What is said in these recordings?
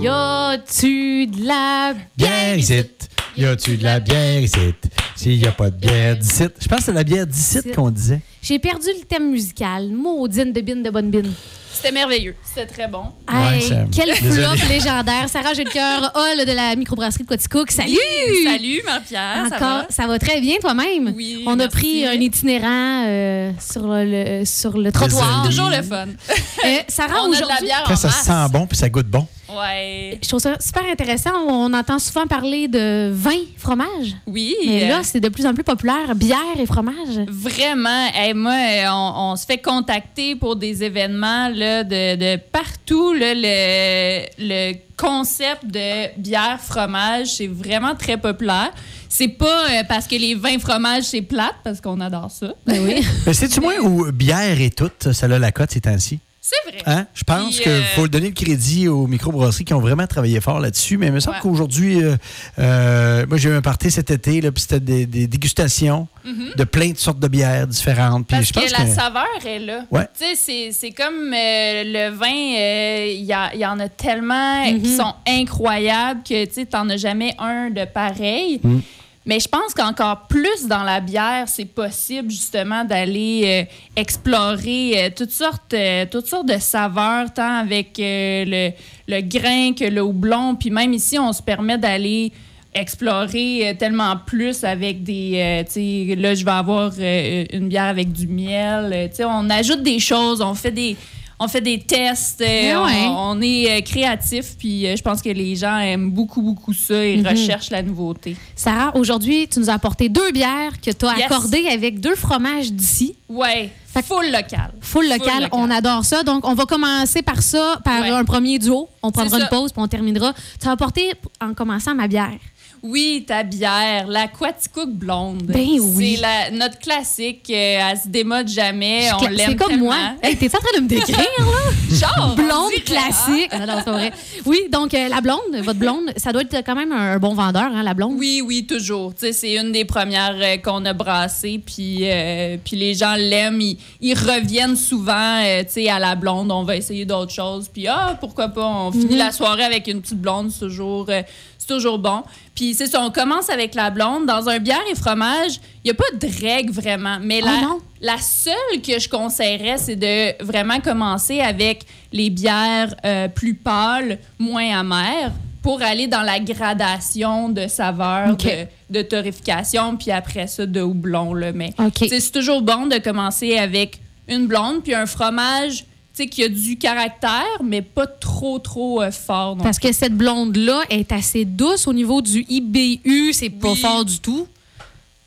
Y a-tu de la bière ici? Y a-tu de la bière ici? S'il n'y a pas de bière d'ici. Je pense que c'est la bière d'ici qu'on disait. J'ai perdu le thème musical. Maudine de bine de bonne bine. C'était merveilleux. C'était très bon. Hey, Ouais, ça- quel flop Désolé. légendaire. Sarah j'ai le cœur Hall de la microbrasserie de Quaticook. Salut! Salut, Marie-Pierre. Ça Encore, va? ça va très bien toi-même. Oui, On a merci. pris un itinérant euh, sur le, le- sur le trottoir. Désolé. Toujours le fun. Euh, Sarah, On a de la aujourd'hui, bière en Quand ça masse. sent bon puis ça goûte bon. Ouais. je trouve ça super intéressant. On entend souvent parler de vin, fromage. Oui. Mais euh, là, c'est de plus en plus populaire, bière et fromage. Vraiment, Hey, moi, euh, on, on se fait contacter pour des événements là, de, de partout. là, le, le concept de bière fromage, c'est vraiment très populaire. C'est pas euh, parce que les vins fromages, c'est plate, parce qu'on adore ça. Mais c'est-tu moi ou bière et tout, ça là la cote ces temps-ci? C'est vrai. Hein? Je pense Puis, qu'il euh, faut donner le crédit aux microbrasseries qui ont vraiment travaillé fort là-dessus. Mais il me semble Ouais. qu'aujourd'hui, euh, euh, moi, j'ai eu un party cet été, là, puis c'était des, des dégustations de plein de sortes de bières différentes. Puis Parce je pense que la saveur est là. Ouais. Tu sais, c'est- c'est comme euh, le vin, euh, il y, a- il y en a tellement qui sont incroyables que tu n'en as jamais un de pareil. Mm. Mais je pense qu'encore plus dans la bière, c'est possible justement d'aller euh, explorer euh, toutes, sortes, euh, toutes sortes de saveurs, tant avec euh, le, le grain que le houblon. Puis même ici, on se permet d'aller explorer euh, tellement plus avec des... euh, tu sais, là, je vais avoir euh, une bière avec du miel. euh, tu sais, on ajoute des choses, on fait des... On fait des tests, euh, Eh ouais. on, on est euh, créatif, puis euh, je pense que les gens aiment beaucoup, beaucoup ça Mhm. et recherchent la nouveauté. Sarah, aujourd'hui, tu nous as apporté deux bières que tu as Yes. accordées avec deux fromages d'ici. Ouais, Fait que- full local. Full local, local. on adore ça. Donc, on va commencer par ça, par Ouais. un premier duo. On prendra C'est une ça. pause, puis on terminera. Tu as apporté, en commençant, ma bière. Oui, ta bière, la Quaticook blonde. Ben oui. C'est la- notre classique, euh, elle se démode jamais, Eh, on Cla- l'aime C'est comme tellement. moi. Hey, T'es en train de me décrire, là? Genre, on Ah. Blonde dirait, classique. Non, non, c'est pas vrai. Oui, donc, euh, la blonde, votre blonde, ça doit être quand même un, un bon vendeur, hein, la hein? blonde. Oui, oui, toujours. Tu sais, c'est une des premières euh, qu'on a brassées, puis, euh, puis les gens l'aiment, ils, ils reviennent souvent, euh, tu sais, à la blonde, on va essayer d'autres choses, puis ah, pourquoi pas, on Mhm. finit la soirée avec une petite blonde, c'est toujours, euh, c'est toujours bon. Puis c'est ça, on commence avec la blonde. Dans un bière et fromage, il n'y a pas de règle vraiment, mais Oh la... non. La seule que je conseillerais, c'est de vraiment commencer avec les bières euh, plus pâles, moins amères, pour aller dans la gradation de saveur, OK. de, de torréfication, puis après ça, de houblon. Là. Mais OK. tu sais, c'est toujours bon de commencer avec une blonde, puis un fromage tu sais, qui a du caractère, mais pas trop, trop euh, fort. non Parce que cette blonde-là est assez douce au niveau du IBU, c'est pas Oui. fort du tout.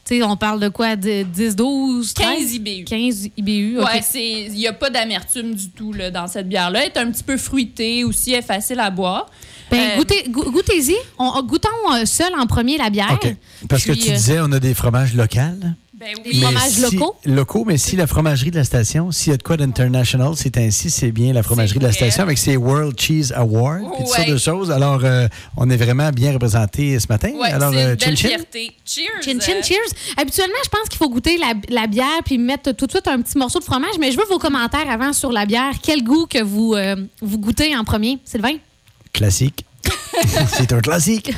Tu sais, on parle de quoi? De 10, 12, 13? 15 IBU. 15 IBU, OK. Ouais, c'est il n'y a pas d'amertume du tout là, dans cette bière-là. Elle est un petit peu fruitée aussi, elle est facile à boire. Ben, Euh, goûtez- go- goûtez-y. On- on- goûtons euh, seul en premier la bière. OK. Parce que Puis, tu euh, disais, on a des fromages locaux. là. Ben Des oui. Mais fromages si- locaux? Locaux, mais si la fromagerie de la station, s'il y a de quoi d'international, c'est ainsi, c'est bien la fromagerie de la vrai. station avec ses World Cheese Awards, puis toutes Ouais. sortes de choses. Alors, euh, on est vraiment bien représenté ce matin. Ouais, Alors, c'est une euh, belle chin-chin? fierté. Cheers. Chin euh, chin, cheers. Habituellement, je pense qu'il faut goûter la, la bière puis mettre tout de suite un petit morceau de fromage, mais je veux vos commentaires avant sur la bière. Quel goût que vous, euh, vous goûtez en premier, Sylvain? Classique. c'est un classique.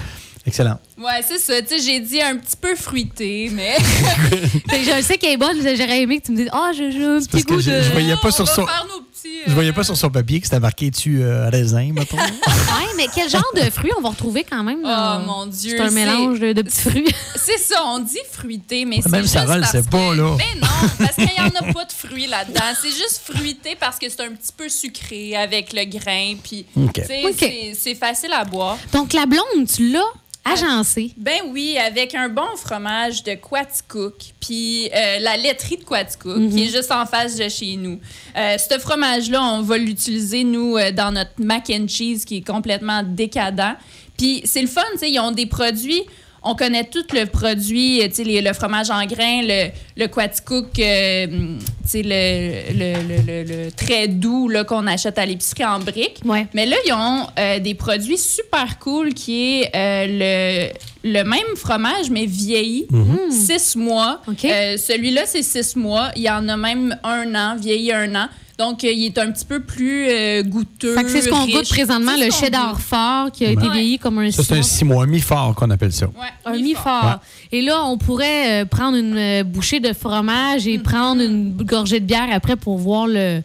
Excellent. Ouais, c'est ça. Tu sais, j'ai dit un petit peu fruité, mais Fait que je sais qu'elle est bonne, j'aurais aimé que tu me dises Ah, j'ai j'ai un petit parce que goût de. je- je voyais- Il y a pas on sur va son- faire nos petits. euh, Je voyais pas sur son papier que c'était marqué dessus euh, raisin, mettons. Ouais, mais quel genre de fruits on va retrouver quand même? Oh dans- mon Dieu. C'est un mélange de, de petits fruits. C'est ça, on dit fruité, mais c'est Même juste Sarah le parce sait que- pas, là. Mais non, parce qu'il n'y en a pas de fruits là-dedans. C'est juste fruité parce que c'est un petit peu sucré avec le grain. Puis, OK. tu sais, OK. c'est- c'est facile à boire. Donc, la blonde, tu l'as agencée. Ben oui, avec un bon fromage de Quaticook, puis euh, la laiterie de Quaticook, qui est juste en face de chez nous. Euh, ce fromage-là, on va l'utiliser, nous, euh, dans notre mac and cheese, qui est complètement décadent. Puis c'est le fun, tu sais, ils ont des produits... On connaît tout le produit, euh, tu sais, les- le fromage en grains, le, le Quaticook, euh, hum, tu sais, le, le, le- le- le très doux là, qu'on achète à l'épicerie en briques. Ouais. Mais là, ils ont euh, des produits super cool qui est euh, le, le même fromage, mais vieilli, Mhm. six mois. Mm. OK. Euh, Celui-là, c'est six mois. Il y en a même un an, vieilli un an. Donc, euh, il est un petit peu plus euh, goûteux. Fait que c'est ce qu'on riche. goûte présentement, C'est ce le qu'on cheddar goûte. fort qui a été Ouais. vieilli comme un Ça, c'est un citron. six mois, mi-fort qu'on appelle ça. Ouais, Un mi-fort. Et là, on pourrait euh, prendre une euh, bouchée de fromage et prendre une gorgée de bière après pour voir le.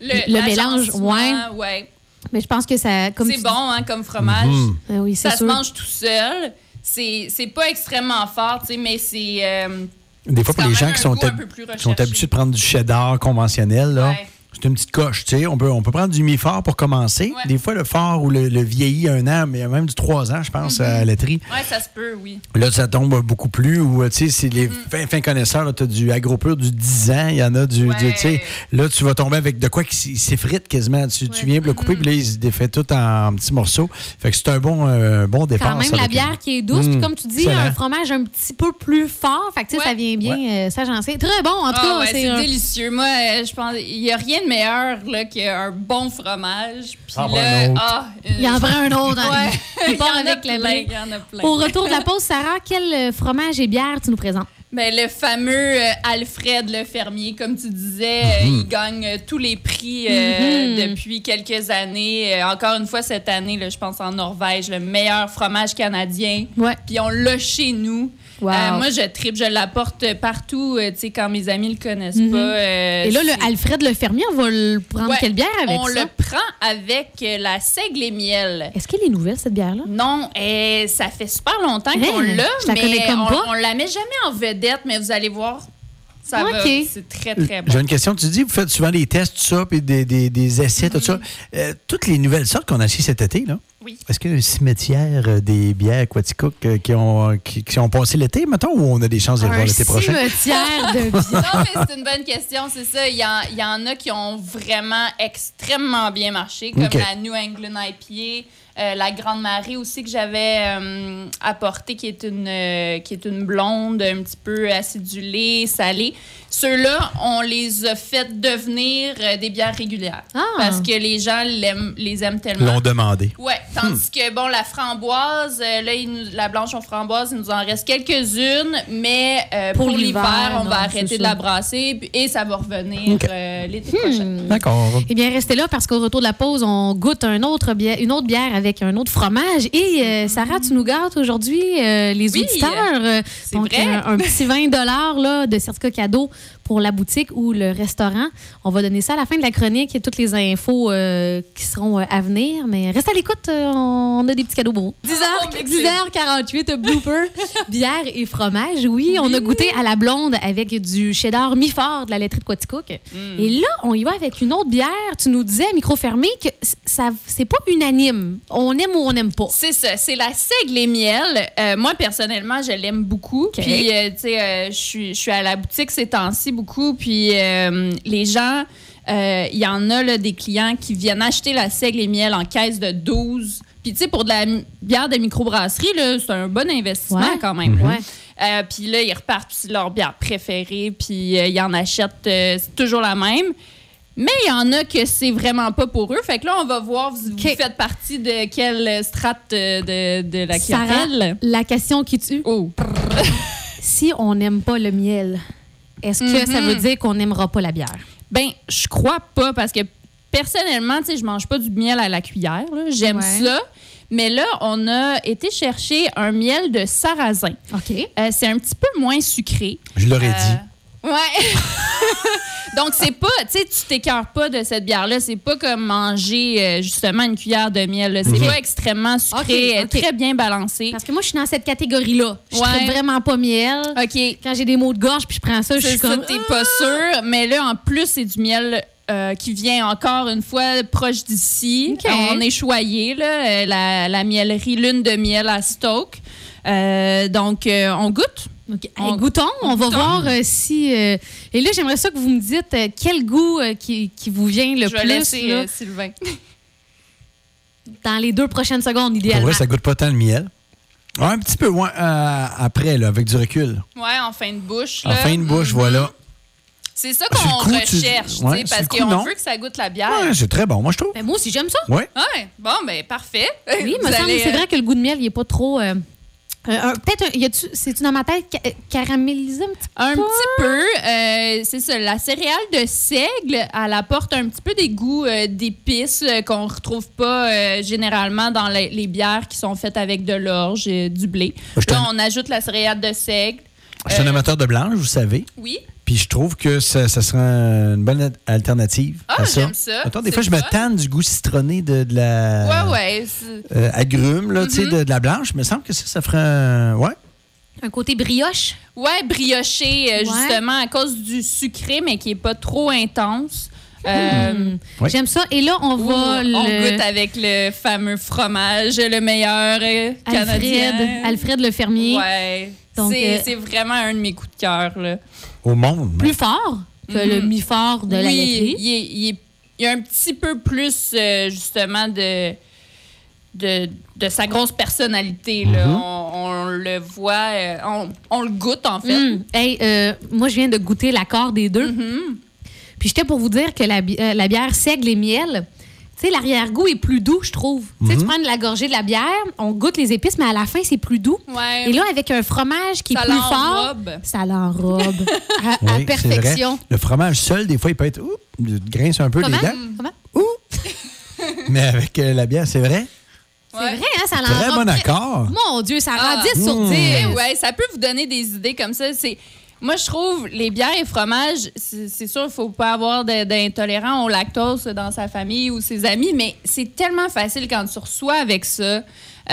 Le mélange, l'agencement, hein, ouais. Mais je pense que ça. comme C'est tu- bon hein, comme fromage. Mhm. Ah oui, Ça c'est se sûr. mange tout seul. C'est c'est pas extrêmement fort, tu sais, mais c'est. euh, Des fois, C'est pour les quand gens même qui un sont, goût un hab- peu plus qui sont recherché. habitués de prendre du cheddar conventionnel, là, Ouais. c'est une petite coche. tu sais. On peut, on peut prendre du mi-fort pour commencer. Ouais. Des fois, le fort ou le, le vieilli un an, mais même du trois ans, je pense, Mm-hmm. à la tri. ouais, ça se peut, oui. Là, ça tombe beaucoup plus. Ou, euh, tu sais, c'est les Mm-hmm. fins, fins connaisseurs. Tu as du agropur du 10 ans. Il y en a du. du- Ouais. tu sais, là, tu vas tomber avec de quoi qui s- s'effrite quasiment. Tu, tu viens pour le Mm-hmm. couper, puis là, il se défait tout en petits morceaux. Fait que c'est un bon, euh, bon départ. Quand même, ça, la avec- bière qui est douce, Mmh, puis comme tu dis, excellent. un fromage un petit peu plus fort. Fait que, tu sais, Ouais. ça vient bien euh, s'agencer. Très bon, en tout Ah cas. ouais, c'est c'est un- délicieux. Moi, euh, je pense il n'y a rien de meilleur là, qu'un bon fromage. Puis Ah, ben, là, un autre. ah, euh, Il y en prend un autre. hein. ouais, Il part y en a avec la plein, bière. Il y en a plein. Au retour de la pause, Sarah, quel euh, fromage et bière tu nous présentes? Ben, le fameux euh, Alfred le fermier, comme tu disais, euh, il gagne euh, tous les prix euh, Mhm. depuis quelques années. Euh, encore une fois, cette année, là, je pense en Norvège, le meilleur fromage canadien. Ouais. Puis on l'a chez nous. Wow. Euh, moi, je tripe, je l'apporte partout, euh, tu sais, quand mes amis le connaissent Mhm. pas. euh, Et là, le c'est- Alfred le fermier, on va le prendre Ouais, quelle bière avec On ça? le prend avec euh, la seigle et miel. Est-ce qu'elle est nouvelle, cette bière-là? Non, euh, ça fait super longtemps Hein? qu'on l'a, Je la connais mais comme on, pas. on la met jamais en vedette, mais vous allez voir, ça va, Ok. c'est très très bon. J'ai une question. Tu dis, vous faites souvent des tests, tout ça, puis des, des- des essais, tout ça. Mm-hmm. Euh, toutes les nouvelles sortes qu'on a achetées cet été, là. Oui. Est-ce qu'il y a un cimetière euh, des bières aquaticoques euh, qui, ont, qui, qui ont passé l'été, mettons, ou on a des chances de le voir Un l'été prochain? cimetière de bière. Non, mais c'est une bonne question, c'est ça. Il y, en, il y en a qui ont vraiment extrêmement bien marché, comme Ok. la New England IPA, euh, la Grande Marée aussi que j'avais euh, apportée, qui est, une, euh, qui est une blonde un petit peu acidulée, salée. Ceux-là, on les a fait devenir euh, des bières régulières Ah. parce que les gens l'aiment- les aiment tellement. L'ont demandé. Ouais, tandis que, bon, la framboise, euh, là, il nous- la blanche en framboise, il nous en reste quelques-unes, mais euh, Pour pour, l'hiver, l'hiver, on va non, c'est arrêter de ça. Hmm. la brasser puis- et ça va revenir Ok. euh, l'été prochain. D'accord. Eh bien, restez là parce qu'au retour de la pause, on goûte un autre bière- une autre bière avec un autre fromage. Et euh, Sarah, tu nous gâtes aujourd'hui euh, les Oui, auditeurs. euh, c'est donc, vrai. Un, un petit 20 là, de certificat cadeau pour la boutique ou le restaurant. On va donner ça à la fin de la chronique et toutes les infos euh, qui seront euh, à venir. Mais restez à l'écoute, euh, on a des petits cadeaux pour Ah, vous. 10h, 10h48, blooper, bière et fromage. Oui, on a goûté à la blonde avec du cheddar mi-fort de la laiterie de Quaticook. Hmm. Mm. Et là, on y va avec une autre bière. Tu nous disais, à micro fermé, que c- ça, c'est pas unanime. On aime ou on n'aime pas. C'est ça, c'est la seigle et miel. Euh, moi, personnellement, je l'aime beaucoup. Puis, euh, tu sais, euh, je suis- je suis à la boutique ces temps-ci beaucoup. Puis, euh, les gens, euh, il y en a là, des clients qui viennent acheter la seigle et miel en caisse de 12. Puis, tu sais, pour de la mi- bière de microbrasserie, là, c'est un bon investissement Ouais. quand même. là. Ouais. Euh, puis là, ils repartent, puis c'est leur bière préférée, puis euh, ils en achètent euh, c'est toujours la même. Mais il y en a que c'est vraiment pas pour eux. Fait que là, on va voir, vous, vous OK. faites partie de quelle strate euh, de, de la Sarah, clientèle. la question qui tue, Oh. si on n'aime pas le miel, est-ce que ça Mhm. veut dire qu'on n'aimera pas la bière? Ben, je crois pas parce que personnellement, tu sais, je mange pas du miel à la cuillère. là. J'aime Ouais. ça. Mais là, on a été chercher un miel de sarrasin. OK. Euh, c'est un petit peu moins sucré. Je l'aurais dit. Euh, ouais. Donc, c'est pas, tu sais, tu t'écœures pas de cette bière-là. C'est pas comme manger euh, justement une cuillère de miel. là. C'est pas extrêmement sucré, Ok, elle est ok. très bien balancée. Parce que moi, je suis dans cette catégorie-là. Je ne Ouais. vraiment pas miel. OK. Quand j'ai des maux de gorge, puis je prends ça, je C'est suis ça, comme... t'es pas sûr. Mais là, en plus, c'est du miel. euh, qui vient encore une fois proche d'ici. Euh, Ok. On est choyé, là, euh, la, la mielerie Lune de Miel à Stoke. Euh, donc, euh, on goûte. Ah, OK. Hey, On- goûtons, on, va goûtons. voir euh, si... euh, Et là, j'aimerais ça que vous me dites euh, quel goût euh, qui, qui vous vient le Je vais plus laisser là, euh, Sylvain. dans les deux prochaines secondes, Pour idéalement. vrai, ça goûte pas tant le miel. Ouais, un petit peu ouais, euh, après, là, avec du recul. Ouais, en fin de bouche. En là. fin de bouche, voilà. C'est ça Sur qu'on le coup, tu- recherche, tu ouais, sur sais, le parce coup, qu'on non. veut que ça goûte la bière. Ouais, c'est très bon, moi, je trouve. Ben, moi aussi, j'aime ça. Ouais. Ouais, bon, ben parfait. Oui, Vous me semble, allez, c'est euh, vrai que le goût de miel, il n'est pas trop... euh, Euh, un- Peut-être, un- y a-tu- c'est-tu dans ma tête ca- caramélisé un petit peu? Un petit peu, euh, c'est ça, la céréale de seigle, elle apporte un petit peu des goûts euh, d'épices euh, qu'on retrouve pas euh, généralement dans les, les bières qui sont faites avec de l'orge et du blé. Je te- Là, on ajoute la céréale de seigle. Je suis un Euh, amateur de blanche, vous savez. Oui. Puis je trouve que ça, ça sera une bonne alternative. Ah, à ça. j'aime ça. Attends, des C'est fois, je le me fun. tanne du goût citronné de, de la. ouais, Mm-hmm. ouais. c'est- euh, agrumes, là, tu sais, de, de la blanche. Il me semble que ça, ça ferait. un- Ouais. Un côté brioche. Ouais, brioché, euh, Ouais. justement, à cause du sucré, mais qui est pas trop intense. Euh, Hum. Oui. J'aime ça. Et là, on ouh, va. on le- goûte avec le fameux fromage, le meilleur euh, canadien. Alfred, Alfred le fermier. Ouais. Donc, C'est euh, c'est vraiment un de mes coups de cœur. là. Au monde. Plus fort que le mi-fort de la Mm-hmm. Oui, laiterie. il, est- il est- il y a un petit peu plus, euh, justement, de, de, de sa grosse personnalité. là. Mhm. on, on le voit, euh, on, on le goûte, en fait. Hum. Hey, euh, moi, je viens de goûter l'accord des deux. Mm-hmm. Puis j'étais pour vous dire que la, bi- euh, la bière seigle et miel, tu sais, l'arrière-goût est plus doux, je trouve. Tu Mm-hmm. sais, Tu prends de la gorgée de la bière, on goûte les épices, mais à la fin, c'est plus doux. Ouais. Et là, avec un fromage qui Ça est plus fort, l'enrobe. ça l'enrobe à, à Oui, c'est perfection. vrai. Le fromage seul, des fois, il peut être. Ouh, il grince un peu Comment? les dents. Comment? Mais avec euh, la bière, c'est vrai. C'est Ouais. vrai, hein, ça l'enrobe. Très bon accord. Mon Dieu, ça rend Ah. 10 sur Mmh. 10. Eh ouais, ça peut vous donner des idées comme ça. C'est moi, je trouve les bières et fromages, c'est c'est sûr, il faut pas avoir de- d'intolérant au lactose dans sa famille ou ses amis, mais c'est tellement facile quand tu reçois avec ça.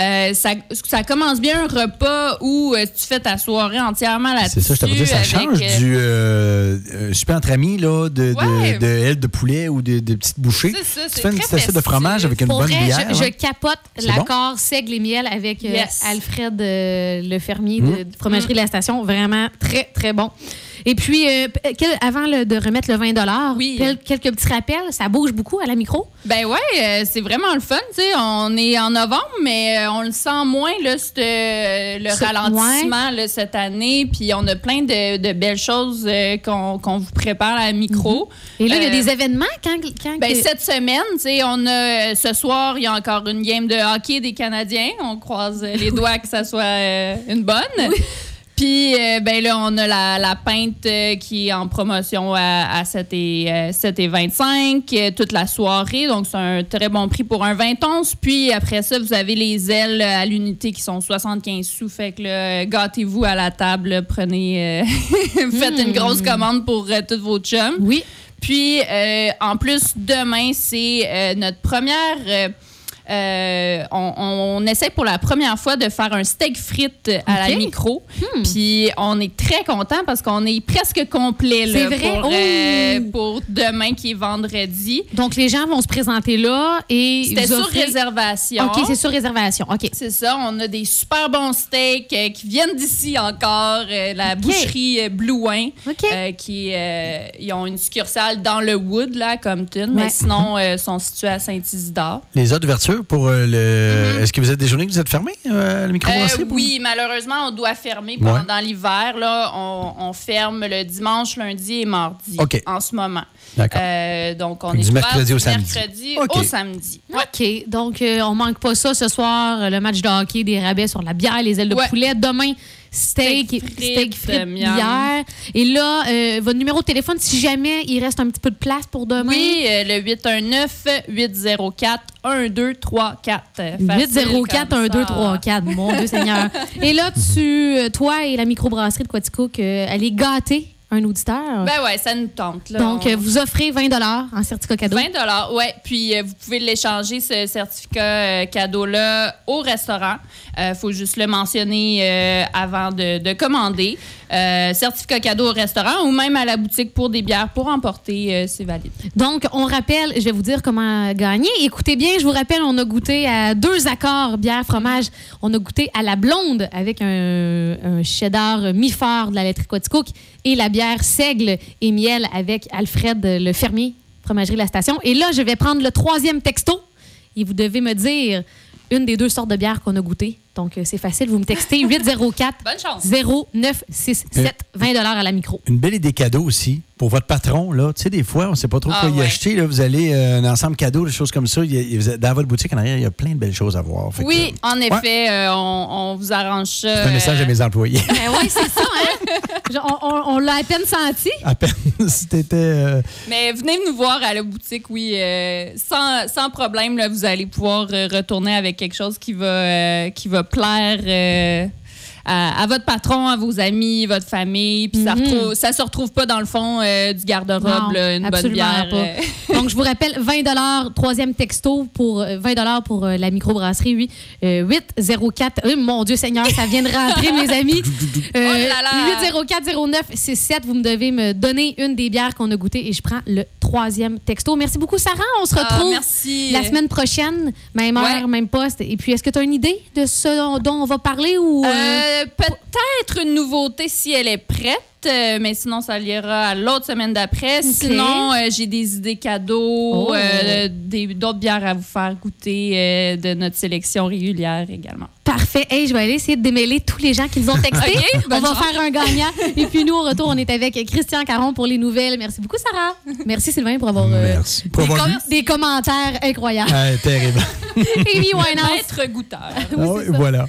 Euh, ça, ça commence bien un repas où euh, tu fais ta soirée entièrement C'est là-dessus. ça, je t'avais dit, ça avec, change euh, du euh, euh, super entre amis, là, de, de- Ouais. de ailes de poulet ou de, de petites bouchées. C'est ça, tu c'est fais une très petite assiette de festif. fromage avec une Pour bonne vrai, bière. je, je ouais. capote C'est l'accord seigle et miel avec euh, Yes. Alfred euh, le fermier Hmm. de, de fromagerie de la station. Vraiment très, très bon. Et puis, euh, p- quel- avant le- de remettre le 20 Oui. quel- quelques petits rappels. Ça bouge beaucoup à la micro. Ben ouais, euh, c'est vraiment le fun, tu sais. On est en novembre, mais euh, on le sent moins, là, c'te, euh, le Ce- ralentissement là, cette année. Puis on a plein de, de belles choses euh, qu'on qu'on vous prépare à micro. Et là, il y a Euh, des événements quand. quand Ben, que- cette semaine, tu sais, on a euh, ce soir, il y a encore une game de hockey des Canadiens. On croise euh, les doigts que ça soit euh, une bonne. Puis euh, ben là, on a la, la peinte euh, qui est en promotion à, à 7 et, euh, 7 et 25 euh, toute la soirée. Donc, c'est un très bon prix pour un 20 onces. Puis après ça, vous avez les ailes euh, à l'unité qui sont 75 sous. Fait que là, gâtez-vous à la table. Prenez, euh, faites une grosse commande pour euh, tous vos chums. Oui. Puis, euh, en plus, demain, c'est euh, notre première. euh, euh, on, on essaie pour la première fois de faire un steak frites à Ok. Hmm. la micro. Puis on est très content parce qu'on est presque complet là, C'est vrai? Pour, Oh! euh, pour demain qui est vendredi. Donc, les gens vont se présenter là et. C'était vous sur offrez- réservation. OK, c'est sur réservation. OK. C'est ça, on a des super bons steaks euh, qui viennent d'ici encore, euh, la boucherie euh, Blouin, OK. euh, qui euh, ils ont une succursale dans le Wood, là, à Compton, Ouais. mais sinon, euh, sont situés à Saint-Isidore. Les heures d'ouverture pour euh, le. Est-ce que vous êtes des journées que vous êtes fermées, euh, le micro Mm-hmm. Euh, oui, malheureusement, on doit fermer pendant l'hiver. Là, on, on ferme le dimanche, lundi et mardi OK. en ce moment. D'accord. Euh, donc, on Du est ouvert mercredi au samedi. mercredi OK. Ah, au samedi. Ouais. OK. Donc, euh, on manque pas ça ce soir. euh, Le match de hockey, des rabais sur la bière, les ailes de Ouais. poulet. Demain, steak, Steak frites, euh, steak frites, miam. bière. Et là, euh, votre numéro de téléphone, si jamais il reste un petit peu de place pour demain. Oui, euh, le 819-804-1234. 804 1 2 3 4 4 mon Dieu Seigneur. Et là, tu, euh, toi et la microbrasserie de Quaticook, euh, allez gâter un auditeur. Ben ouais, ça nous tente. Là, Donc, On- euh, vous offrez 20 en certificat cadeau. 20 dollars, ouais. Puis euh, vous pouvez l'échanger ce certificat euh, cadeau là au restaurant. Euh, faut juste le mentionner euh, avant de, de commander. Euh, certificat cadeau au restaurant ou même à la boutique pour des bières pour emporter, euh, c'est valide. Donc, on rappelle, je vais vous dire comment gagner. Écoutez bien, je vous rappelle, on a goûté à deux accords bière, fromage. On a goûté à la blonde avec un, un cheddar mi-fort de la laiterie Quaticook et la bière seigle et miel avec Alfred euh, le fermier, fromagerie La Station. Et là, je vais prendre le troisième texto et vous devez me dire une des deux sortes de bières qu'on a goûtées. Donc, euh, c'est facile. Vous me textez 804 Bonne chance. 0967 20 à la micro. Une belle idée cadeau aussi pour votre patron. Là. Tu sais, des fois, on ne sait pas trop Ah, quoi y ouais. acheter. Là. Vous allez euh, un ensemble cadeau, des choses comme ça. Il y a- il vous a- dans votre boutique en arrière, il y a plein de belles choses à voir. Fait que, Oui, euh, en effet, euh, on, on vous arrange ça. c'est un message à euh, mes employés. Ben oui, c'est ça, hein? Je- on on- on l'a à peine senti. à peine si t'étais. euh, Mais venez nous voir à la boutique, oui. euh, sans, sans problème, là, vous allez pouvoir euh, retourner avec quelque chose qui va, euh, qui va plaire euh, à, à votre patron, à vos amis, votre famille. Puis ça Mhm. retrouve- ça se retrouve pas dans le fond euh, du Non, garde-robe, là, une bonne absolument bière. pas. euh, Donc, je vous rappelle, 20 troisième texto pour euh, 20 pour euh, la microbrasserie, oui. Euh, 804. euh, mon Dieu Seigneur, ça vient de rentrer, mes amis. Euh, Oh là là. 804-0967, vous me devez me donner une des bières qu'on a goûtées et je prends le troisième texto. Merci beaucoup, Sarah. On se Ah, retrouve merci. la semaine prochaine, même heure, Ouais. même poste. Et puis, est-ce que tu as une idée de ce dont on va parler ou. euh, Euh, Peut-être une nouveauté si elle est prête, euh, mais sinon, ça l'ira à l'autre semaine d'après. Sinon, euh, j'ai des idées cadeaux, Oh. euh, des- d'autres bières à vous faire goûter euh, de notre sélection régulière également. Parfait. Hey, je vais aller essayer de démêler tous les gens qui nous ont texté. OK, on bonne va chance. faire un gagnant. Et puis nous, au retour, on est avec Christian Caron pour les nouvelles. Merci beaucoup, Sarah. Merci, Sylvain, pour avoir, euh, Merci. Pour des, avoir com- lu. des commentaires incroyables. Ah, terrible. Amy Winehouse. Être goûteur. Ah oui, voilà.